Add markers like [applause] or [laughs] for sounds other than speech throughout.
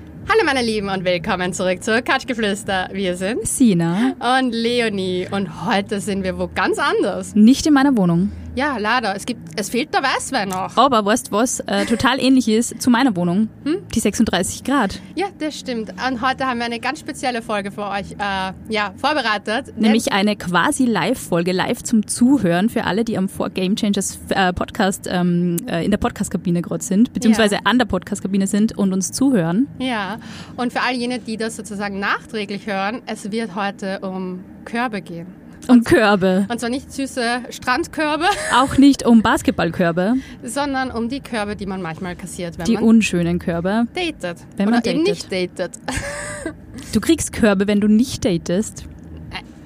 Hallo meine Lieben und willkommen zurück zu Katschgeflüster. Wir sind Sina. und Leonie und heute sind wir wo ganz anders. Nicht in meiner Wohnung. Ja, leider. Es, gibt, es fehlt der Weißwein noch. Aber weißt du, was äh, total ähnlich ist zu meiner Wohnung? Die 36 Grad. Ja, das stimmt. Und heute haben wir eine ganz spezielle Folge für euch äh, ja, vorbereitet. Nämlich eine quasi Live-Folge, live zum Zuhören für alle, die am Vor Game Changers äh, Podcast, ähm, äh, in der Podcast-Kabine gerade sind, beziehungsweise an der Podcast-Kabine sind und uns zuhören. Ja, und für all jene, die das sozusagen nachträglich hören, es wird heute um Körbe gehen. Um Körbe. Und zwar nicht süße Strandkörbe, [laughs] Auch nicht um Basketballkörbe, sondern um die Körbe, die man manchmal kassiert, wenn die man unschönen Körbe. datet. Wenn Oder man eben datet. nicht datet. Du kriegst Körbe, wenn du nicht datest.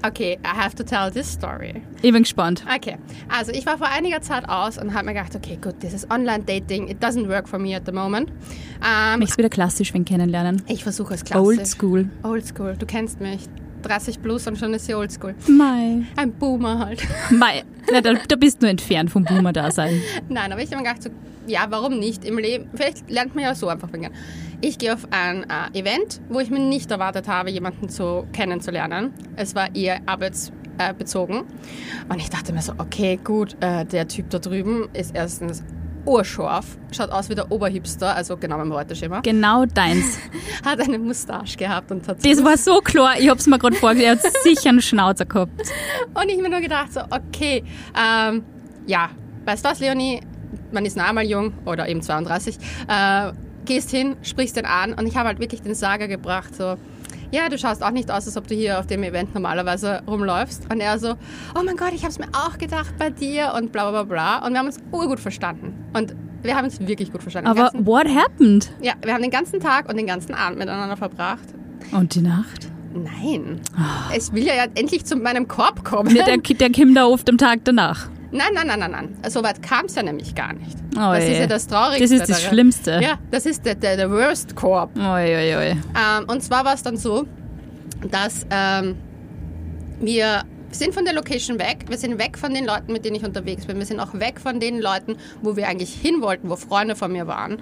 Okay, I have to tell this story. Ich bin gespannt. Okay, also ich war vor einiger Zeit aus und habe mir gedacht, okay, gut, dieses Online-Dating, it doesn't work for me at the moment. Ähm, Mich wieder klassisch wen kennenlernen. ich versuche es klassisch. Old School. Old school, du kennst mich. 30 plus und schon ist sie oldschool. Mai. Ein Boomer halt. Mai. Na, da, da bist du entfernt vom Boomer-Dasein. Nein, aber ich habe mir gedacht, so, ja, warum nicht im Leben? Vielleicht lernt man ja so einfach kennen. Ich gehe auf ein äh, Event, wo ich mir nicht erwartet habe, jemanden zu kennenzulernen. Es war eher arbeitsbezogen. Äh, bezogen. und ich dachte mir so, okay, gut, äh, der Typ da drüben ist erstens urscharf, schaut aus wie der Oberhipster, also genau mein Beuteschema, Genau deins. hat eine Moustache gehabt und hat Das war so klar, ich hab's mir gerade vorgestellt, er hat sicher einen Schnauzer gehabt. Und ich mir nur gedacht, so, okay, ähm, ja, weißt du was, Leonie, man ist noch einmal jung oder eben 32, äh, gehst hin, sprichst den an und ich habe halt wirklich den Sager gebracht, so, ja, du schaust auch nicht aus, als ob du hier auf dem Event normalerweise rumläufst. Und er so, oh mein Gott, ich habe es mir auch gedacht bei dir und bla bla bla. bla. Und wir haben uns urgut verstanden. Und wir haben uns wirklich gut verstanden. Den Aber ganzen, what happened? ja, wir haben den ganzen Tag und den ganzen Abend miteinander verbracht. Und die Nacht? Nein. Es will ja endlich zu meinem Korb kommen. Nee, der, der Kim da oft am Tag danach. Nein, nein, nein, nein, nein. So weit kam es ja nämlich gar nicht. Oh das je. ist ja das Traurigste. Das ist das daran. Schlimmste. Ja, das ist der, der, der Worst Corp. Oi, oi, oi. Ähm, und zwar war es dann so, dass ähm, wir sind von der Location weg. Wir sind weg von den Leuten, mit denen ich unterwegs bin. Wir sind auch weg von den Leuten, wo wir eigentlich hin wollten, wo Freunde von mir waren.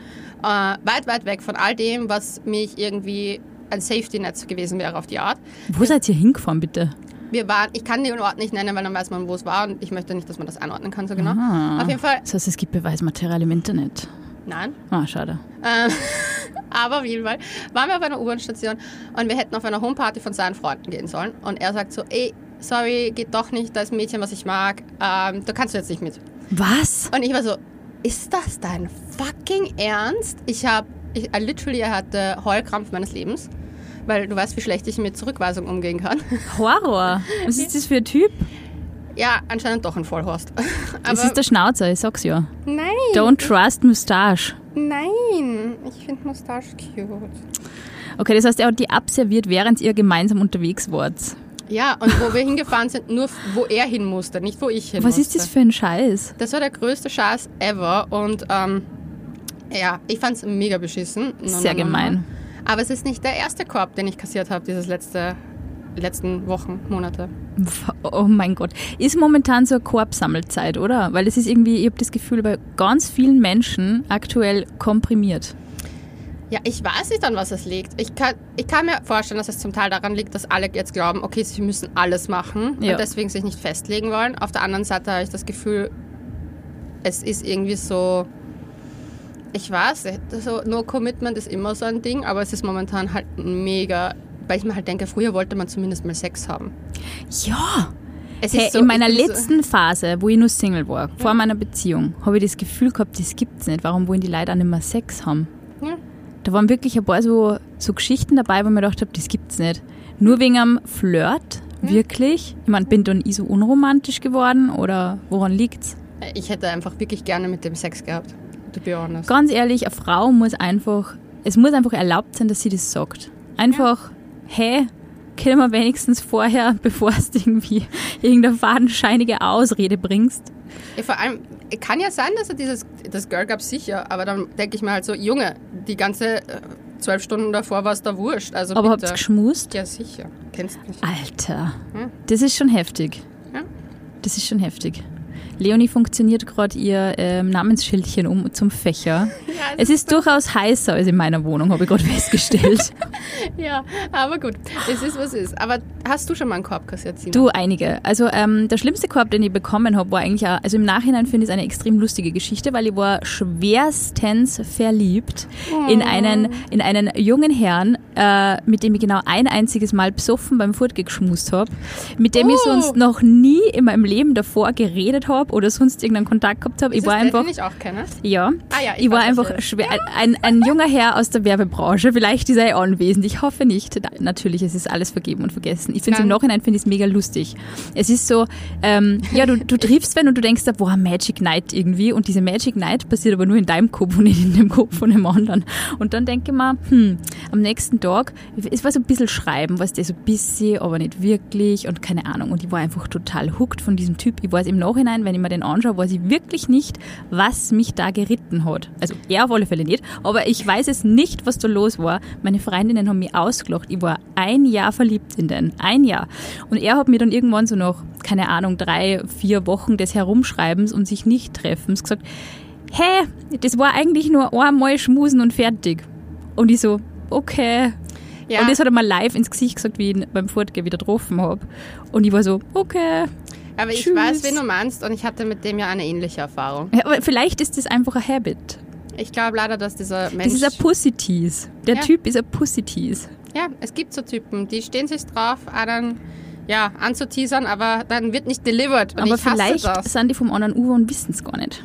Äh, weit, weit weg von all dem, was mich irgendwie ein Safety-Netz gewesen wäre auf die Art. Wo seid ihr hingefahren, bitte? Wir waren, ich kann den Ort nicht nennen, weil dann weiß man, wo es war und ich möchte nicht, dass man das einordnen kann so genau. Ah. Auf jeden Fall, Das heißt, es gibt Beweismaterial im Internet. nein, Ah, schade. Aber auf jeden Fall waren wir auf einer U-Bahn-Station und wir hätten auf einer Homeparty von seinen Freunden gehen sollen. Und er sagt so, ey, sorry, geht doch nicht, da ist ein Mädchen, was ich mag, ähm, da kannst du jetzt nicht mit. Was? Und ich war so, ist das dein fucking Ernst? Ich habe, ich I literally hatte Heulkrampf meines Lebens, weil du weißt, wie schlecht ich mit Zurückweisung umgehen kann. [laughs] Horror. Was ist das für ein Typ? Ja, anscheinend doch ein Vollhorst. [laughs] Das ist der Schnauzer, ich sag's ja. nein, Don't trust Mustache. nein, ich finde Mustache cute. Okay, das heißt, er hat die abserviert, während ihr gemeinsam unterwegs wart. Ja, und wo wir [laughs] hingefahren sind, nur f- wo er hin musste, nicht wo ich hin Was musste. ist das für ein Scheiß? Das war der größte Scheiß ever und ähm, ja, ich fand's mega beschissen. No, Sehr no, no, no. gemein. Aber es ist nicht der erste Korb, den ich kassiert habe, dieses letzte letzten Wochen, Monate. Oh mein Gott. Ist momentan so eine Korbsammelzeit, oder? Weil es ist irgendwie, ich habe das Gefühl, bei ganz vielen Menschen aktuell komprimiert. Ja, ich weiß nicht, an was es liegt. Ich kann, ich kann mir vorstellen, dass es zum Teil daran liegt, dass alle jetzt glauben, okay, sie müssen alles machen Ja. und deswegen sich nicht festlegen wollen. Auf der anderen Seite habe ich das Gefühl, es ist irgendwie so, ich weiß nicht, so No Commitment ist immer so ein Ding, aber es ist momentan halt mega, weil ich mir halt denke, früher wollte man zumindest mal Sex haben. Ja. Es Hey, so- in meiner ich bin letzten Phase, wo ich nur Single war, vor meiner Beziehung, habe ich das Gefühl gehabt, das gibt's nicht. Warum wollen die Leute auch nicht mehr Sex haben? So, ja. Da waren wirklich ein paar so, so Geschichten dabei, wo ich mir gedacht habe, das gibt's nicht. Nur wegen am Flirt, Hm? wirklich? Ich meine, bin dann ich so unromantisch geworden oder woran liegt's? Ich hätte einfach wirklich gerne mit dem Sex gehabt, to be honest. Ganz ehrlich, eine Frau muss einfach, es muss einfach erlaubt sein, dass sie das sagt. Einfach, hey, können wir wenigstens vorher, [laughs] bevor es irgendwie irgendeine fadenscheinige Ausrede bringst. Ja, vor allem, kann ja sein, dass er dieses, das Girl gab sicher, aber dann denke ich mir halt so, Junge, die ganze äh, zwölf Stunden davor war es da wurscht. Also Aber habt bitte. ihr geschmust? Ja, sicher. Kennst mich. Alter, Hm? das ist schon heftig. Ja. Das ist schon heftig. Leonie funktioniert gerade ihr ähm, Namensschildchen um zum Fächer. [laughs] Ja, Es ist durchaus heißer als in meiner Wohnung, habe ich [laughs] gerade festgestellt. ja, aber gut. Es ist, was es ist. Aber hast du schon mal einen Korb kassiert, Sina? Du, einige. Also ähm, der schlimmste Korb, den ich bekommen habe, war eigentlich, auch, also im Nachhinein finde ich es eine extrem lustige Geschichte, weil ich war schwerstens verliebt in, Oh. einen, in einen jungen Herrn, äh, mit dem ich genau ein einziges Mal besoffen beim Furtge geschmust habe, mit dem ich Oh. sonst noch nie in meinem Leben davor geredet habe oder sonst irgendeinen Kontakt gehabt habe. Ich das war ist der, einfach... Den ich auch kenne. Ja. Ah ja, ich ich, war weiß, was einfach du meinst. schwer, ein, ein junger Herr aus der Werbebranche. Vielleicht ist er ja anwesend. Ich hoffe nicht. Na- Natürlich, es ist alles vergeben und vergessen. Ich finde es im Nein. Nachhinein finde ich es mega lustig. Es ist so, ähm, ja, du, du triffst wenn und du denkst, dir, boah, Magic Night irgendwie. Und diese Magic Night passiert aber nur in deinem Kopf und nicht in dem Kopf von einem anderen. Und dann denke ich mir, hm, am nächsten Tag, es war so ein bisschen Schreiben, weißt du, so ein bisschen, aber nicht wirklich und keine Ahnung. Und ich war einfach total hooked von diesem Typ. Ich weiß im Nachhinein, wenn ich mir den anschaue, weiß ich wirklich nicht, was mich da geritten hat. Also er auf alle Fälle nicht, aber ich weiß es nicht, was da los war. Meine Freundinnen haben mich ausgelacht. Ich war ein Jahr verliebt in den. Ein Jahr. Und er hat mir dann irgendwann so noch, keine Ahnung, drei, vier Wochen des Herumschreibens und sich nicht treffens gesagt, hä, das war eigentlich nur einmal schmusen und fertig. Und ich so, okay. Ja. Und das hat er mal live ins Gesicht gesagt, wie ich ihn beim Fortgehen wieder getroffen habe. Und ich war so, okay. aber ich Tschüss. weiß, wen du meinst und ich hatte mit dem ja eine ähnliche Erfahrung. Ja, Aber vielleicht ist das einfach ein Habit. Ich glaube leider, dass dieser Mensch... Das ist ein Pussy-Tease. Der Ja. Typ ist ein Pussy-Tease. Ja, es gibt so Typen, die stehen sich drauf, einen ja, anzuteasern, aber dann wird nicht delivered. Und Aber ich hasse vielleicht das. sind die vom anderen Ufer und wissen es gar nicht.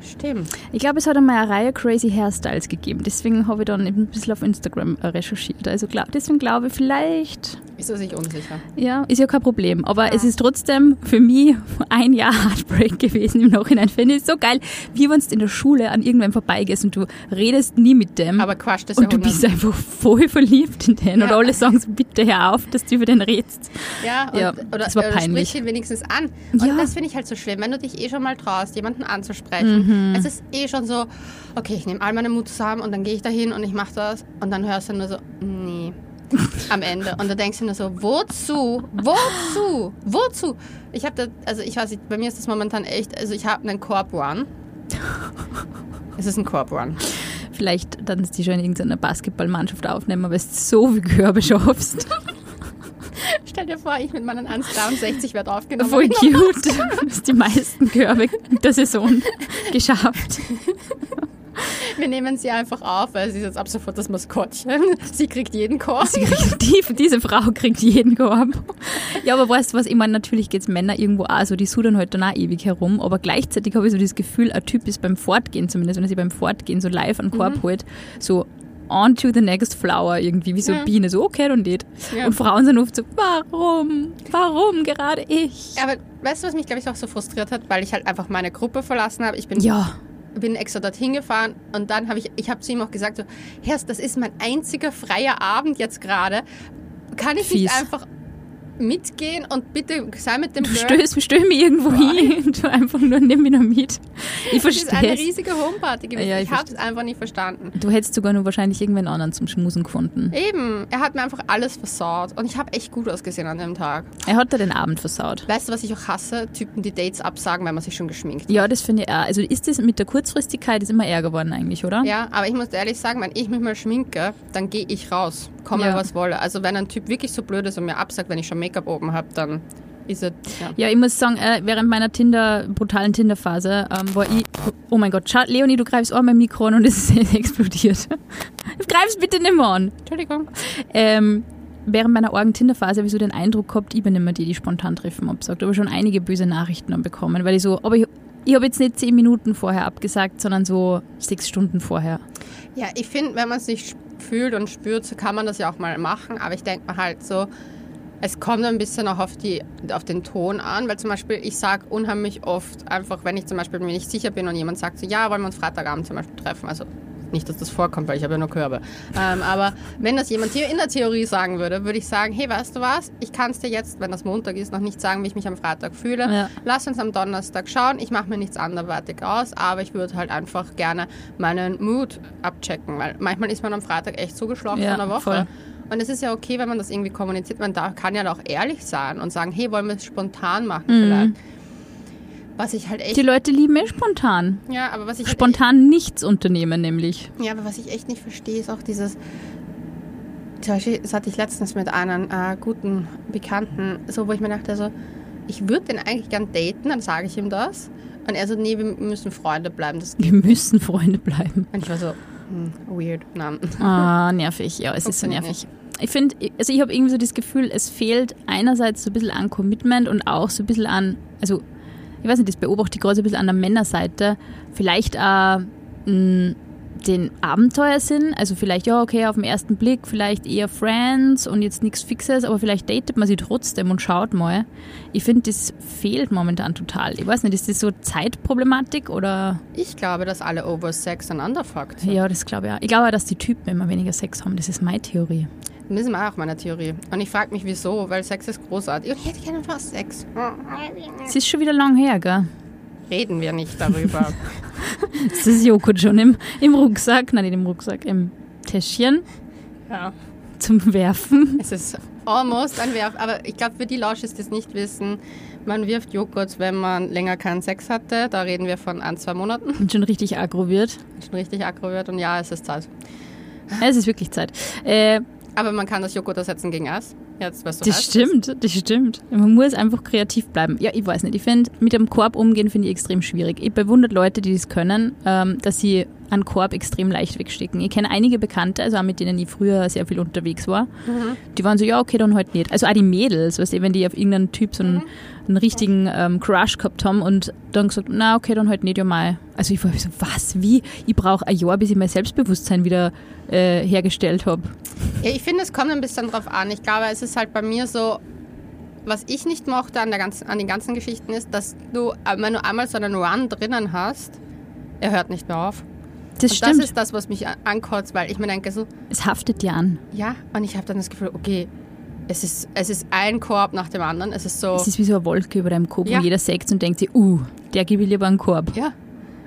Stimmt. Ich glaube, es hat einmal eine Reihe Crazy Hairstyles gegeben. Deswegen habe ich dann eben ein bisschen auf Instagram äh, recherchiert. Also glaub, deswegen glaube ich, vielleicht, Ist er sich unsicher? ja, ist ja kein Problem. Aber es ist trotzdem für mich [laughs] ein Jahr Heartbreak gewesen im Nachhinein. Finde ich so geil, wie wenn du in der Schule an irgendwem vorbeigehst und du redest nie mit dem. Aber Quatsch, das Mhm. und du Jahrhundert. bist einfach voll verliebt in den. Und Ja. alle sagen so, bitte hör auf, dass du über den redest. Ja, und, Ja, oder, das war oder peinlich. sprich ihn wenigstens an. Und Ja. das finde ich halt so schlimm, wenn du dich eh schon mal traust, jemanden Mhm. anzusprechen. Es ist eh schon so, okay, ich nehme all meinen Mut zusammen und dann gehe ich dahin und ich mache das. Und dann hörst du nur so, nee, am Ende. Und da denkst du nur so, wozu? Wozu? Wozu? Ich habe da, also ich weiß nicht, bei mir ist das momentan echt, also ich habe einen Corp Run. Es ist ein Corp [laughs] Run. Vielleicht dann die schon in irgendeiner Basketballmannschaft aufnehmen, weil du so viel Körbe schaffst. Stell dir vor, ich mit meinen 1,63 werde aufgenommen. Voll cute. [laughs] Du hast die meisten Körbe der [laughs] Saison geschafft. Wir nehmen sie einfach auf, weil sie ist jetzt ab sofort das Maskottchen. [laughs] Sie kriegt jeden Korb. Sie [laughs] kriegt, die, diese Frau kriegt jeden Korb. Ja, aber weißt du was? Ich meine, natürlich geht's Männer irgendwo auch so, die sudern halt dann auch ewig herum, aber gleichzeitig habe ich so das Gefühl, ein Typ ist beim Fortgehen zumindest, wenn er sich beim Fortgehen so live an den Mhm. Korb holt, so on to the next flower irgendwie, wie so eine Ja. Biene, so okay, dann geht. Ja. Und Frauen sind oft so, warum? Warum gerade ich? Aber weißt du, was mich, glaube ich, auch so frustriert hat? Weil ich halt einfach meine Gruppe verlassen habe. Ich bin, Ja. bin extra dorthin gefahren und dann habe ich, ich habe zu ihm auch gesagt, so, Herrst, das ist mein einziger freier Abend jetzt gerade. Kann ich Fies. nicht einfach mitgehen und bitte sei mit dem Du Girl. stößt, stößt mich irgendwo hin, [laughs] du einfach nur nimm mich noch mit. Ich Das ist eine verstehe riesige Homeparty gewesen. Ja, ich ich habe es einfach nicht verstanden. Du hättest sogar nur wahrscheinlich irgendwen anderen zum Schmusen gefunden. Eben, er hat mir einfach alles versaut und ich habe echt gut ausgesehen an dem Tag. Er hat da den Abend versaut. Weißt du, was ich auch hasse? Typen, die Dates absagen, weil man sich schon geschminkt Ja, das finde ich auch. Also ist das mit der Kurzfristigkeit ist immer eher geworden eigentlich, oder? Ja, aber ich muss ehrlich sagen, wenn ich mich mal schminke, dann gehe ich raus. Komme, Ja. was wolle. Also wenn ein Typ wirklich so blöd ist und mir absagt, wenn ich schon Make-up oben habe, dann ist er... Ja. Ja, ich muss sagen, äh, während meiner Tinder, brutalen Tinder-Phase ähm, war ich. Oh mein Gott, schau, Leonie, du greifst auch mein Mikro an und es ist [laughs] explodiert. Greif's bitte nicht mehr an. Entschuldigung. Ähm, während meiner Orgen-Tinder-Phase habe ich so den Eindruck gehabt, ich bin immer die, die spontan treffen absagt. Aber schon einige böse Nachrichten dann bekommen, weil ich so, aber ich, ich habe jetzt nicht zehn Minuten vorher abgesagt, sondern so sechs Stunden vorher. Ja, ich finde, wenn man es nicht sp- fühlt und spürt, so kann man das ja auch mal machen. Aber ich denke mir halt so, es kommt ein bisschen auch auf, die, auf den Ton an, weil zum Beispiel ich sage unheimlich oft, einfach wenn ich zum Beispiel mir nicht sicher bin und jemand sagt so, ja, wollen wir uns Freitagabend zum Beispiel treffen, also Nicht, dass das vorkommt, weil ich habe ja nur Körbe. Ähm, aber wenn das jemand hier in der Theorie sagen würde, würde ich sagen, hey, weißt du was, ich kann es dir jetzt, wenn das Montag ist, noch nicht sagen, wie ich mich am Freitag fühle. Ja. Lass uns am Donnerstag schauen. Ich mache mir nichts anderweitig aus, aber ich würde halt einfach gerne meinen Mood abchecken, weil manchmal ist man am Freitag echt zugeschlagen Ja, von der Woche. voll. Und es ist ja okay, wenn man das irgendwie kommuniziert. Man darf, kann ja da auch ehrlich sein und sagen, hey, wollen wir es spontan machen Mhm. vielleicht. Was ich halt echt Die Leute lieben eh spontan. ja, aber was ich Spontan nichts unternehmen nämlich. Halt, ja, aber was ich echt nicht verstehe, ist auch dieses. Zum Beispiel, das hatte ich letztens mit einem äh, guten Bekannten, so wo ich mir dachte, so, ich würde den eigentlich gern daten, dann sage ich ihm das. Und er so, nee, wir müssen Freunde bleiben. Das Wir müssen Freunde bleiben. und ich war so, hm, weird. Nein. Ah, nervig. Ja, es ist so Funktioniert nervig. Ich finde, also ich habe irgendwie so das Gefühl, es fehlt einerseits so ein bisschen an Commitment und auch so ein bisschen an, also ich weiß nicht, das beobachte ich gerade so ein bisschen an der Männerseite, vielleicht auch mh, den Abenteuersinn, also vielleicht, ja, okay, auf den ersten Blick vielleicht eher Friends und jetzt nichts Fixes, aber vielleicht datet man sie trotzdem und schaut mal. Ich finde, das fehlt momentan total. Ich weiß nicht, ist das so Zeitproblematik oder? Ich glaube, dass alle Oversex und Underfucked sind. Ja, das glaube ich auch. Ich glaube auch, dass die Typen immer weniger Sex haben. Das ist meine Theorie. Das ist auch meiner Theorie. Und ich frage mich, wieso, weil Sex ist großartig. Und ich hätte gerne fast Sex. Es ist schon wieder lang her, gell? Reden wir nicht darüber. Jetzt ist Joghurt schon im, im Rucksack, nein, nicht im Rucksack, im Täschchen ja. zum Werfen. Es ist almost ein Werf, aber ich glaube, für die Lausches, die es nicht wissen, man wirft Joghurt, wenn man länger keinen Sex hatte. Da reden wir von ein, zwei Monaten. Und schon richtig aggro wird. Schon richtig aggro wird und ja, es ist Zeit. Ja, Es ist wirklich Zeit. Äh, Aber man kann das Joghurt ersetzen gegen Eis. Jetzt, was du das stimmt, das stimmt. Man muss einfach kreativ bleiben. Ja, ich weiß nicht. Ich finde, mit dem Korb umgehen finde ich extrem schwierig. Ich bewundere Leute, die das können, ähm, dass sie einen Korb extrem leicht wegstecken. Ich kenne einige Bekannte, also auch mit denen ich früher sehr viel unterwegs war. Die waren so, ja, okay, dann heute nicht. Also auch die Mädels, weißt du, wenn die auf irgendeinen Typ so einen, einen richtigen ähm, Crush gehabt haben und dann gesagt, na, okay, dann heute nicht, ja, mal. Also ich war so, was, wie? Ich brauche ein Jahr, bis ich mein Selbstbewusstsein wieder äh, hergestellt habe. Ja, ich finde, es kommt ein bisschen drauf an. Ich glaube, es ist halt bei mir so, was ich nicht mochte an, der ganzen, an den ganzen Geschichten ist, dass du, äh, wenn du einmal so einen Run drinnen hast, er hört nicht mehr auf. Das und stimmt. das ist das, was mich an- ankotzt, weil ich mir denke so, es haftet dir an. Ja, und ich habe dann das Gefühl, okay, es ist, es ist ein Korb nach dem anderen. Es ist so. Es ist wie so eine Wolke über deinem Kopf Ja. und jeder sägt und denkt sich, uh, der gebe ich lieber einen Korb. ja.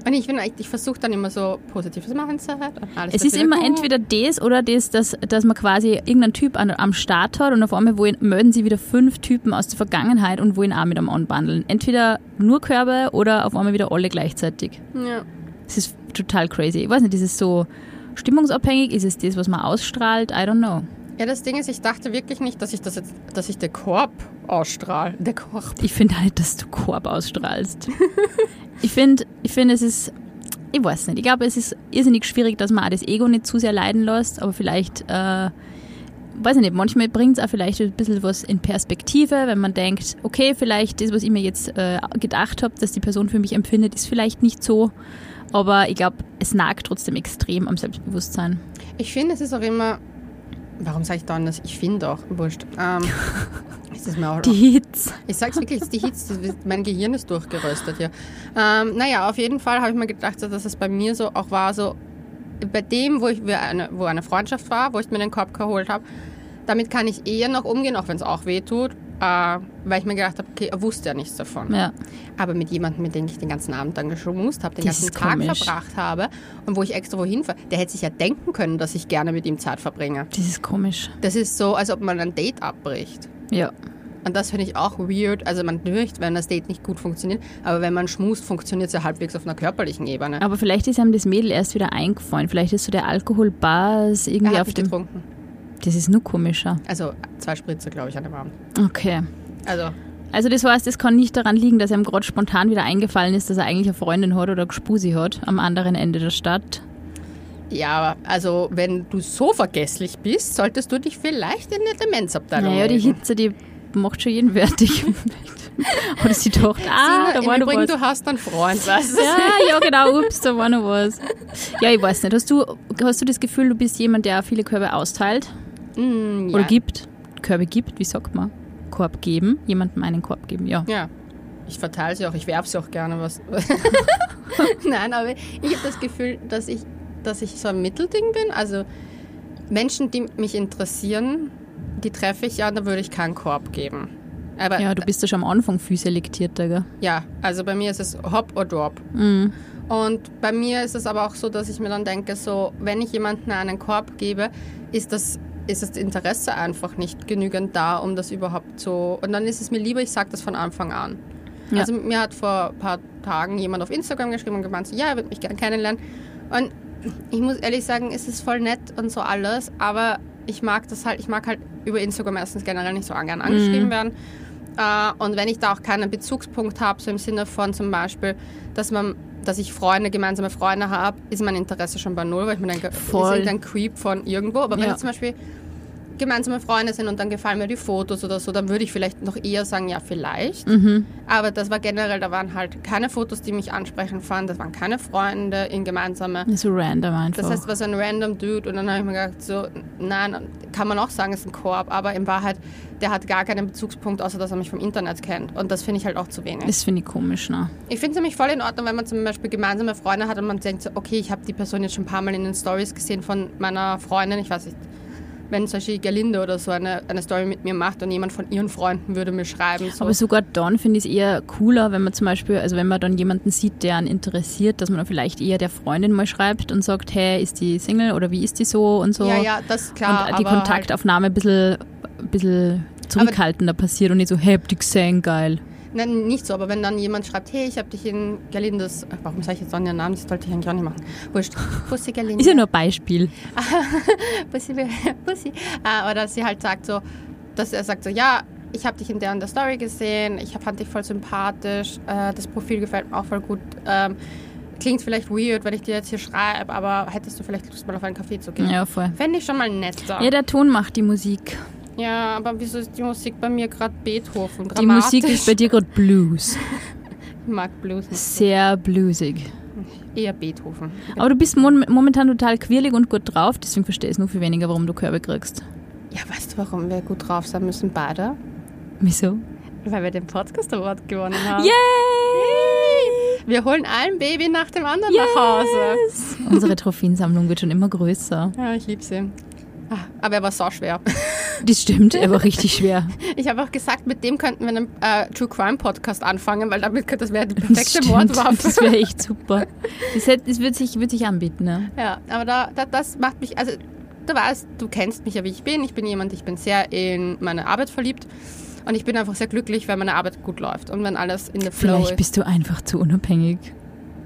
Und ich bin echt, ich versuche dann immer so positives Mindset. Und alles Es wird ist wieder immer gut. entweder das oder das, dass, dass man quasi irgendeinen Typ an, am Start hat und auf einmal wo ihn, melden sie wieder fünf Typen aus der Vergangenheit und wollen auch mit am anbandeln. Entweder nur Körbe oder auf einmal wieder alle gleichzeitig. Ja. Es ist total crazy. Ich weiß nicht, ist es so stimmungsabhängig? Ist es das, was man ausstrahlt? I don't know. ja, das Ding ist, ich dachte wirklich nicht, dass ich das jetzt, dass ich den Korb ausstrahle. Der Korb. Ich finde halt, dass du Korb ausstrahlst. [laughs] ich finde, ich finde, es ist, ich weiß nicht, ich glaube, es ist irrsinnig schwierig, dass man auch das Ego nicht zu sehr leiden lässt, aber vielleicht, äh, weiß ich nicht, manchmal bringt es auch vielleicht ein bisschen was in Perspektive, wenn man denkt, okay, vielleicht das, was ich mir jetzt äh, gedacht habe, dass die Person für mich empfindet, ist vielleicht nicht so. Aber ich glaube, es nagt trotzdem extrem am Selbstbewusstsein. Ich finde, es ist auch immer. Warum sage ich dann das? Ich finde auch. Wurscht. Ähm, ist das mir auch Die Hits. Ich sag's wirklich, es ist die Hitze, das ist- mein Gehirn ist durchgeröstet hier. Ähm, naja, auf jeden Fall habe ich mir gedacht, so, dass es bei mir so auch war, so bei dem, wo ich wir eine, wo eine Freundschaft war, wo ich mir den Korb geholt habe, damit kann ich eher noch umgehen, auch wenn es auch weh tut, äh, weil ich mir gedacht habe, okay, er wusste ja nichts davon. Ja. Aber mit jemandem, mit dem ich den ganzen Abend dann geschmust habe, den Das ganzen ist Tag komisch. verbracht habe und wo ich extra wohin fahre, der hätte sich ja denken können, dass ich gerne mit ihm Zeit verbringe. Das ist komisch. Das ist so, als ob man ein Date abbricht. Ja. Und das finde ich auch weird. Also man dürft, wenn das Date nicht gut funktioniert, aber wenn man schmust, funktioniert es ja halbwegs auf einer körperlichen Ebene. Aber vielleicht ist einem das Mädel erst wieder eingefallen. Vielleicht ist so der Alkoholbars Er irgendwie hat auf nicht dem. getrunken. Das ist nur komischer. Also zwei Spritze, glaube ich, an dem Abend. Okay. Also Also das heißt, es kann nicht daran liegen, dass einem gerade spontan wieder eingefallen ist, dass er eigentlich eine Freundin hat oder Gspusi hat am anderen Ende der Stadt. ja, aber- also wenn du so vergesslich bist, solltest du dich vielleicht in eine Demenzabteilung Naja, die melden. Hitze, die macht schon jeden fertig. [laughs] oder sie dachte, ah, Sina, da im war noch Übrigen, was. du hast einen Freund, weißt du? [laughs] Ja, ja, genau, ups, da war noch was. Ja, ich weiß nicht. Hast du, hast du das Gefühl, du bist jemand, der viele Körbe austeilt Mm, ja. oder gibt? Körbe gibt, wie sagt man? Korb geben, jemandem einen Korb geben, ja. Ja. Ich [laughs] [laughs] verteile sie auch, ich werfe sie auch gerne was. Nein, aber ich habe das Gefühl, dass ich dass ich so ein Mittelding bin. Also Menschen, die mich interessieren, die treffe ich ja, da würde ich keinen Korb geben. Aber Ja, du bist ja schon am Anfang viel selektierter, gell? ja, also bei mir ist es Hop or Drop. Mhm. Und bei mir ist es aber auch so, dass ich mir dann denke, so, wenn ich jemanden einen Korb gebe, ist das, ist das Interesse einfach nicht genügend da, um das überhaupt so. Und dann ist es mir lieber, ich sage das von Anfang an. Ja. Also mir hat vor ein paar Tagen jemand auf Instagram geschrieben und gemeint, so, ja, er würde mich gerne kennenlernen. Und ich muss ehrlich sagen, es ist voll nett und so alles, aber ich mag das halt, ich mag halt über Instagram erstens generell nicht so gern Mhm. angeschrieben werden. Äh, und wenn ich da auch keinen Bezugspunkt habe, so im Sinne von zum Beispiel, dass man dass ich Freunde, gemeinsame Freunde habe, ist mein Interesse schon bei Null, weil ich mir denke, Voll. ist irgendein Creep von irgendwo. Aber wenn Ja. es zum Beispiel gemeinsame Freunde sind und dann gefallen mir die Fotos oder so, dann würde ich vielleicht noch eher sagen, ja, Mhm. vielleicht. Aber das war generell, da waren halt keine Fotos, die mich ansprechen fanden, das waren keine Freunde in gemeinsame. So random einfach. Das heißt, was ein random Dude und dann habe ich mir gedacht, so, nein, kann man auch sagen, ist ein Koop, aber in Wahrheit, der hat gar keinen Bezugspunkt, außer dass er mich vom Internet kennt. Und das finde ich halt auch zu wenig. das finde ich komisch, ne? Ich finde es nämlich voll in Ordnung, wenn man zum Beispiel gemeinsame Freunde hat und man denkt so, okay, ich habe die Person jetzt schon ein paar Mal in den Stories gesehen von meiner Freundin, ich weiß nicht, wenn zum Beispiel Galinde oder so eine, eine Story mit mir macht und jemand von ihren Freunden würde mir schreiben, so, Aber sogar dann finde ich es eher cooler, wenn man zum Beispiel, also wenn man dann jemanden sieht, der einen interessiert, dass man dann vielleicht eher der Freundin mal schreibt und sagt, hey, ist die Single oder wie ist die so und so. ja, ja, das klar, und die aber halt Kontaktaufnahme ein bisschen, ein bisschen zurückhaltender passiert und nicht so, hey, hab dich gesehen, geil. Halt, nein, nicht so, aber wenn dann jemand schreibt, hey, ich habe dich in Galindes, ach, warum sage ich jetzt dann ihren Namen, das sollte ich eigentlich auch nicht machen, [laughs] wurscht, Pussy Galinde. Ist ja nur ein Beispiel. Pussy, [laughs] Pussy. Äh, oder dass sie halt sagt so, dass er sagt so, ja, ich habe dich in der und der Story gesehen, ich hab- fand dich voll sympathisch, äh, das Profil gefällt mir auch voll gut. Ähm, klingt vielleicht weird, wenn ich dir jetzt hier schreibe, aber hättest du vielleicht Lust, mal auf einen Kaffee zu gehen? Ja, voll. Fände ich schon mal netter. Ja, der Ton macht die Musik. Ja, aber wieso ist die Musik bei mir gerade Beethoven? Die Dramatisch. Musik ist bei dir gerade Blues. Ich mag Blues nicht. Sehr bluesig. Eher Beethoven. Aber du bist mon momentan total quirlig und gut drauf, deswegen verstehe ich es nur viel weniger, warum du Körbe kriegst. Ja, weißt du, warum wir gut drauf sein müssen, beide? Wieso? Weil wir den Podcast Award gewonnen haben. Yay! Wir holen ein Baby nach dem anderen nach Hause. Unsere Trophäensammlung wird schon immer größer. Ja, ich lieb's ihn. Ah, Aber er war so schwer. [laughs] Das stimmt, er war richtig schwer. Ich habe auch gesagt, mit dem könnten wir einen äh, True Crime Podcast anfangen, weil damit könnte das wäre die perfekte [laughs] Das Mordwaffe. wäre echt super. Das, hätte, das wird, sich, wird sich anbieten, ne? Ja, aber da, da, das macht mich, also du weißt, du kennst mich ja, wie ich bin. Ich bin jemand, ich bin sehr in meine Arbeit verliebt und ich bin einfach sehr glücklich, wenn meine Arbeit gut läuft und wenn alles in der Flow Vielleicht ist. bist du einfach zu unabhängig.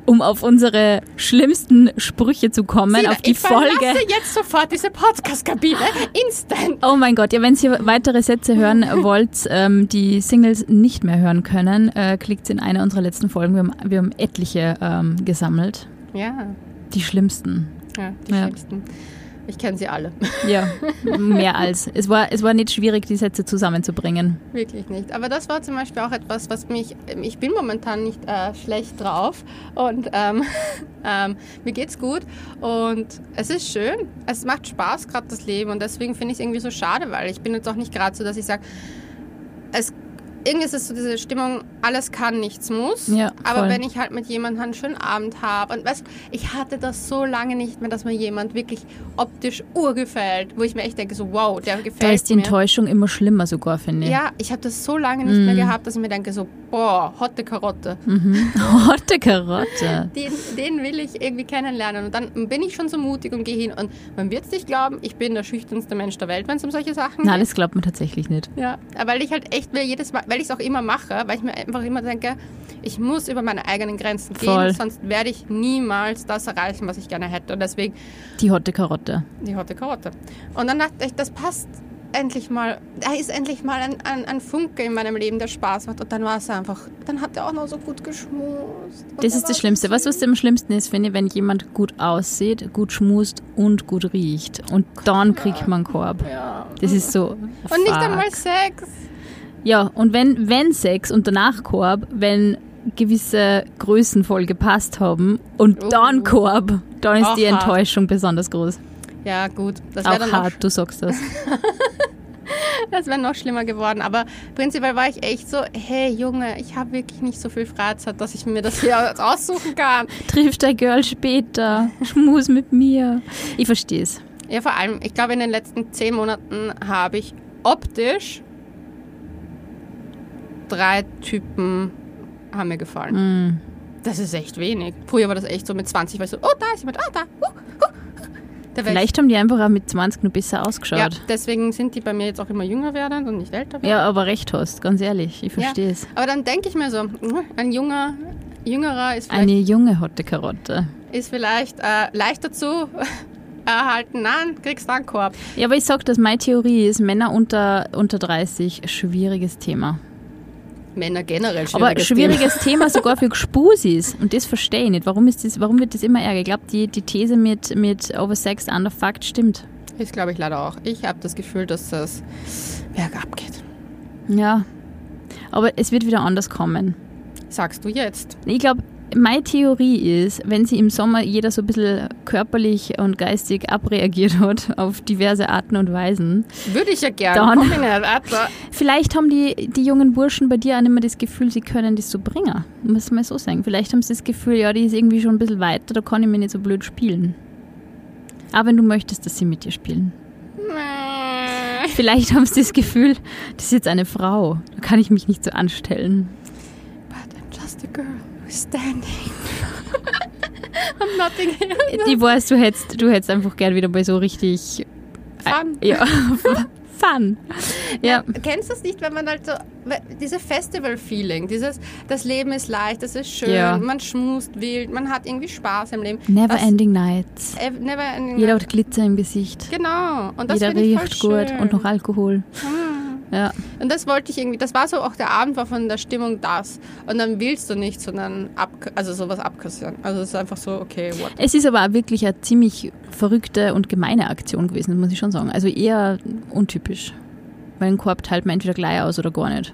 Um auf unsere schlimmsten Sprüche zu kommen, Sina, auf die ich Folge. verlasse jetzt sofort diese Podcast-Kabine. Instant. Oh mein Gott, ja, wenn ihr weitere [laughs] Sätze hören wollt, ähm, die Singles nicht mehr hören können, äh, klickt in eine unserer letzten Folgen. Wir haben, wir haben etliche ähm, gesammelt. Ja, Die schlimmsten. ja die Ja. schlimmsten. Ich kenne sie alle. Ja, mehr als. Es war, es war nicht schwierig, die Sätze zusammenzubringen. Wirklich nicht. Aber das war zum Beispiel auch etwas, was mich. ähm, Ich bin momentan nicht äh, schlecht drauf und ähm, [laughs] ähm, mir geht's gut und es ist schön. Es macht Spaß gerade das Leben und deswegen finde ich es irgendwie so schade, weil ich bin jetzt auch nicht gerade so, dass ich sage, es irgendwie ist es so diese Stimmung, alles kann, nichts muss. Ja, aber voll. wenn ich halt mit jemandem einen schönen Abend habe und weißt, du, ich hatte das so lange nicht mehr, dass mir jemand wirklich optisch urgefällt, wo ich mir echt denke, so wow, der gefällt Da ist die mir. Enttäuschung immer schlimmer sogar, finde ich. [laughs] Ja, ich habe das so lange nicht Mhm. mehr gehabt, dass ich mir denke so, boah, hotte Karotte. Rote Karotte. Den, den will ich irgendwie kennenlernen. Und dann bin ich schon so mutig und gehe hin. Und man wird es nicht glauben, ich bin der schüchternste Mensch der Welt, wenn es um solche Sachen Nein, geht. das glaubt man tatsächlich nicht. Ja, aber weil ich halt echt mir jedes Mal, weil ich es auch immer mache, weil ich mir einfach immer denke, ich muss über meine eigenen Grenzen gehen, Voll. sonst werde ich niemals das erreichen, was ich gerne hätte. Und deswegen Die Rote Karotte. die hotte Karotte. Und dann dachte ich, das passt endlich mal. Da ist endlich mal ein, ein, ein Funke in meinem Leben, der Spaß macht. Und dann war es einfach, dann hat er auch noch so gut geschmust. Und er Das ist war das so Schlimmste. Was was süß. am schlimmsten ist, finde ich, wenn jemand gut aussieht, gut schmust und gut riecht. Und dann kriegt man einen Korb. Ja. Das ist so. Ah. Und nicht einmal Sex. Ja, und wenn, wenn Sex und danach Korb, wenn gewisse Größen voll gepasst haben und Oh. dann Korb, dann ist die Auch hart. Enttäuschung besonders groß. Ja, gut. Das wäre Auch dann auch, hart, du sagst das. [laughs] Das wäre noch schlimmer geworden. Aber prinzipiell war ich echt so, hey Junge, ich habe wirklich nicht so viel Freizeit, dass ich mir das hier [laughs] aussuchen kann. Trifft der Girl später. Schmus mit mir. Ich verstehe es. Ja, vor allem, ich glaube, in den letzten zehn Monaten habe ich optisch drei Typen haben mir gefallen. Mm. Das ist echt wenig. Früher war das echt so mit 20, weil so, oh, da ist jemand, ah, da, uh, uh. Da wär ich- Vielleicht haben die einfach auch mit 20 nur besser Ja, ausgeschaut. deswegen sind die bei mir jetzt auch immer jünger werdend und nicht älter Ja, aber recht hast, ganz ehrlich. Ich verstehe es. Aber dann denke ich mir so, hm, ein junger, jüngerer ist vielleicht, Eine junge hotte Karotte. ist vielleicht äh, leichter zu [laughs] erhalten. Nein, kriegst du einen Korb. Ja, aber ich sag, dass meine Theorie ist, Männer unter, unter 30, schwieriges Thema. Männer generell schwieriges Aber schwieriges Thema. sogar für Gspusis. Und das verstehe ich nicht. Warum, ist das, warum wird das immer ärger? Ich glaube, die, die These mit, mit Oversexed, Underfucked stimmt. Thema. Ist, glaube ich, leider auch. Ich habe das Gefühl, dass das bergab geht. Ja. Aber es wird wieder anders kommen. Sagst du jetzt? Ich glaube, meine Theorie ist, wenn sie im Sommer jeder so ein bisschen körperlich und geistig abreagiert hat auf diverse Arten und Weisen, Würde ich ja gerne. Dann. Komm in den Adler. vielleicht haben die, die jungen Burschen bei dir auch nicht mehr das Gefühl, sie können das so bringen. Muss man so sagen. Vielleicht haben sie das Gefühl, ja, die ist irgendwie schon ein bisschen weiter, da kann ich mir nicht so blöd spielen. Aber wenn du möchtest, dass sie mit dir spielen. Nee. Vielleicht [laughs] haben sie das Gefühl, das ist jetzt eine Frau, da kann ich mich nicht so anstellen. But I'm just a girl who's standing. [laughs] I'm nothing here. Ich weiß, du hättest, du hättest einfach gern wieder bei so richtig Fun. [laughs] Ja. Fun. Ja. Kennst du das nicht, wenn man halt so, we- diese Festival-Feeling, dieses, das Leben ist leicht, es ist schön, Ja. man schmust wild, man hat irgendwie Spaß im Leben. Never das, ending nights. äh, never ending. Jeder hat Glitzer im Gesicht. genau. Und das Jeder finde ich voll riecht gut schön. Ah. und noch Alkohol. Ja. Und das wollte ich irgendwie, das war so auch der Abend war von der Stimmung das. Und dann willst du nicht, sondern ab, also sowas abkassieren. Also es ist einfach so, okay, what? Es ist aber auch wirklich eine ziemlich verrückte und gemeine Aktion gewesen, das muss ich schon sagen. Also eher untypisch. Weil ein Korb teilt man entweder gleich aus oder gar nicht.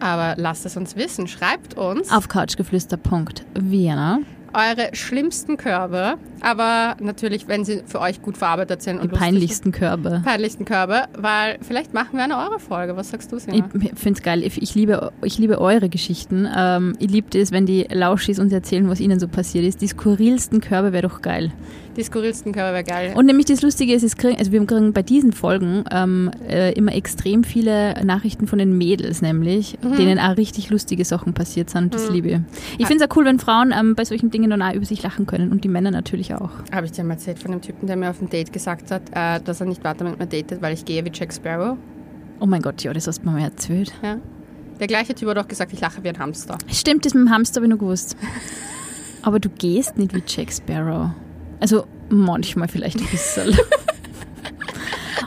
Aber lasst es uns wissen, schreibt uns Auf couchgeflüster.vienna. eure schlimmsten Körbe, aber natürlich, wenn sie für euch gut verarbeitet sind Die und lustig sind. peinlichsten Körbe. peinlichsten Körbe, weil vielleicht machen wir eine eure Folge. Was sagst du, Ich Sina? finde es geil. Ich, ich, liebe, ich liebe eure Geschichten. Ähm, ich liebe es, wenn die Lauschis uns erzählen, was ihnen so passiert ist. Die skurrilsten Körbe wäre doch geil. Die skurrilsten Körbe wäre geil. Und nämlich das Lustige ist, es kriegen, also wir kriegen bei diesen Folgen ähm, äh, immer extrem viele Nachrichten von den Mädels, nämlich, denen auch richtig lustige Sachen passiert sind. Das liebe ich. Ich finde es auch cool, wenn Frauen ähm, bei solchen Dingen dann auch über sich lachen können und die Männer natürlich auch. Habe ich dir mal erzählt von dem Typen, der mir auf dem Date gesagt hat, äh, dass er nicht weiter mit mir datet, weil ich gehe wie Jack Sparrow. Oh mein Gott, ja, das hast du mir mal erzählt. Ja. Der gleiche Typ hat auch gesagt, ich lache wie ein Hamster. Stimmt, das mit dem Hamster habe ich nur gewusst. Aber du gehst nicht wie Jack Sparrow. Also manchmal vielleicht ein [laughs] bisschen.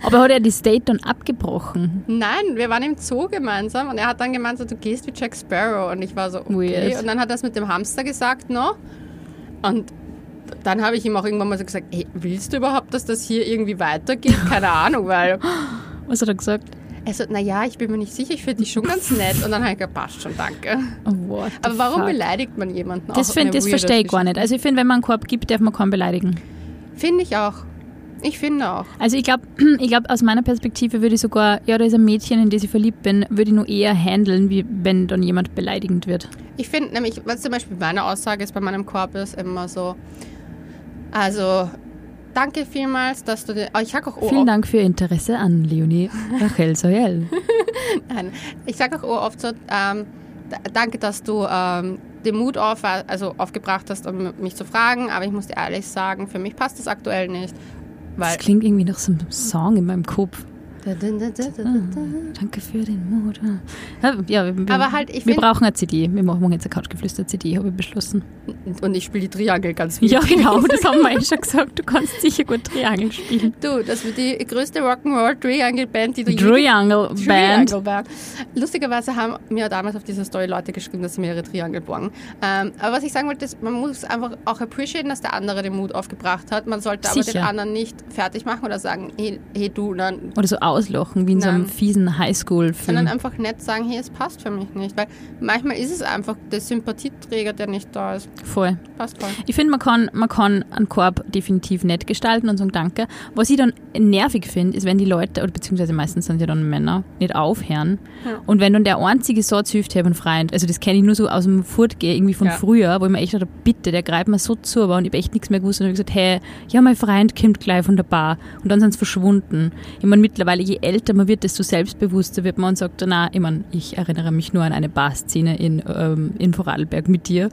Aber hat er das Date dann abgebrochen? Nein, wir waren im Zoo gemeinsam und er hat dann gemeint, so, du gehst wie Jack Sparrow. Und ich war so, okay. Weird. Und dann hat er es mit dem Hamster gesagt, no. Und dann habe ich ihm auch irgendwann mal so gesagt, ey, willst du überhaupt, dass das hier irgendwie weitergeht? Keine Ahnung, [laughs] weil Was hat er gesagt? Er so, naja, ich bin mir nicht sicher, ich finde dich schon ganz nett. Und dann habe ich gesagt, passt schon, danke. Oh, what the Aber warum fuck? beleidigt man jemanden? Das, Auch find, eine das weirde verstehe ich gar Geschichte. nicht. Also ich finde, wenn man einen Korb gibt, darf man keinen beleidigen. Finde ich auch. Ich finde auch. Also ich glaube, ich glaub, [clears throat] aus meiner Perspektive würde ich sogar, ja, da ist ein Mädchen, in das ich verliebt bin, würde ich nur eher handeln, wie wenn dann jemand beleidigend wird. Ich finde nämlich, was zum Beispiel meine Aussage ist bei meinem Korb, ist immer so, also, danke vielmals, dass du dir, oh, ich sag auch, oh, Vielen Dank für Ihr Interesse an Leonie Rachel [laughs] Soyel. [laughs] Nein, ich sage auch oft so, ähm, d- danke, dass du ähm, den Mut auf, also aufgebracht hast, um mich zu fragen, aber ich muss dir ehrlich sagen, für mich passt das aktuell nicht. Weil, Das klingt irgendwie nach so einem Song in meinem Kopf. aber Danke für den Mut. Ja, wir, Aber halt, ich wir find- brauchen eine CD. Wir machen jetzt eine Couchgeflüster-CD, habe ich beschlossen. Und ich spiele die Triangel ganz viel. [laughs] Ja, genau, das haben wir eh schon gesagt. Du kannst sicher gut Triangel spielen. Du, das wird die größte Rock'n'Roll Triangle Band, die du je Triangle Band. Triangle Band. Lustigerweise haben mir damals auf dieser Story Leute geschrieben, dass sie mir ihre Triangle borgen. Ähm, aber was ich sagen wollte, ist, man muss einfach auch appreciaten, dass der andere den Mut aufgebracht hat. Man sollte aber Sicher. den anderen nicht fertig machen oder sagen, hey, hey du, nein, Oder so auslochen, wie in so einem Nein. fiesen Highschool-Film. sondern einfach nicht sagen, hey, es passt für mich nicht. Weil manchmal ist es einfach der Sympathieträger, der nicht da ist. Voll. Passt voll. Ich finde, man kann, man kann einen Korb definitiv nett gestalten und sagen Danke. Was ich dann nervig finde, ist, wenn die Leute, oder beziehungsweise meistens sind ja dann Männer, nicht aufhören. Ja. Und wenn dann der einzige Satz hilft, ich habe einen Freund. Also das kenne ich nur so aus dem Furtgehen irgendwie von Ja. früher, wo ich mir echt dachte, bitte, der greift mir so zu, aber und ich habe echt nichts mehr gewusst und habe gesagt, hey, ja, mein Freund kommt gleich von der Bar. Und dann sind sie verschwunden. Ich meine, mittlerweile, je älter man wird, desto selbstbewusster wird man und sagt, na, ich meine, ich erinnere mich nur an eine Barszene in, ähm, in Vorarlberg mit dir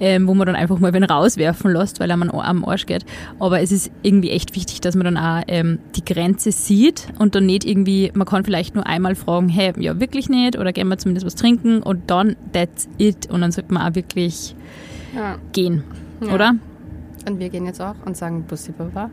ähm, wo man dann einfach mal wen rauswerfen lässt, weil er man am Arsch geht. Aber es ist irgendwie echt wichtig, dass man dann auch ähm, die Grenze sieht und dann nicht irgendwie, man kann vielleicht nur einmal fragen, hey, ja wirklich nicht oder gehen wir zumindest was trinken und dann that's it und dann sollte man auch wirklich Ja. gehen, Ja. oder? Und wir gehen jetzt auch und sagen Bussi Baba.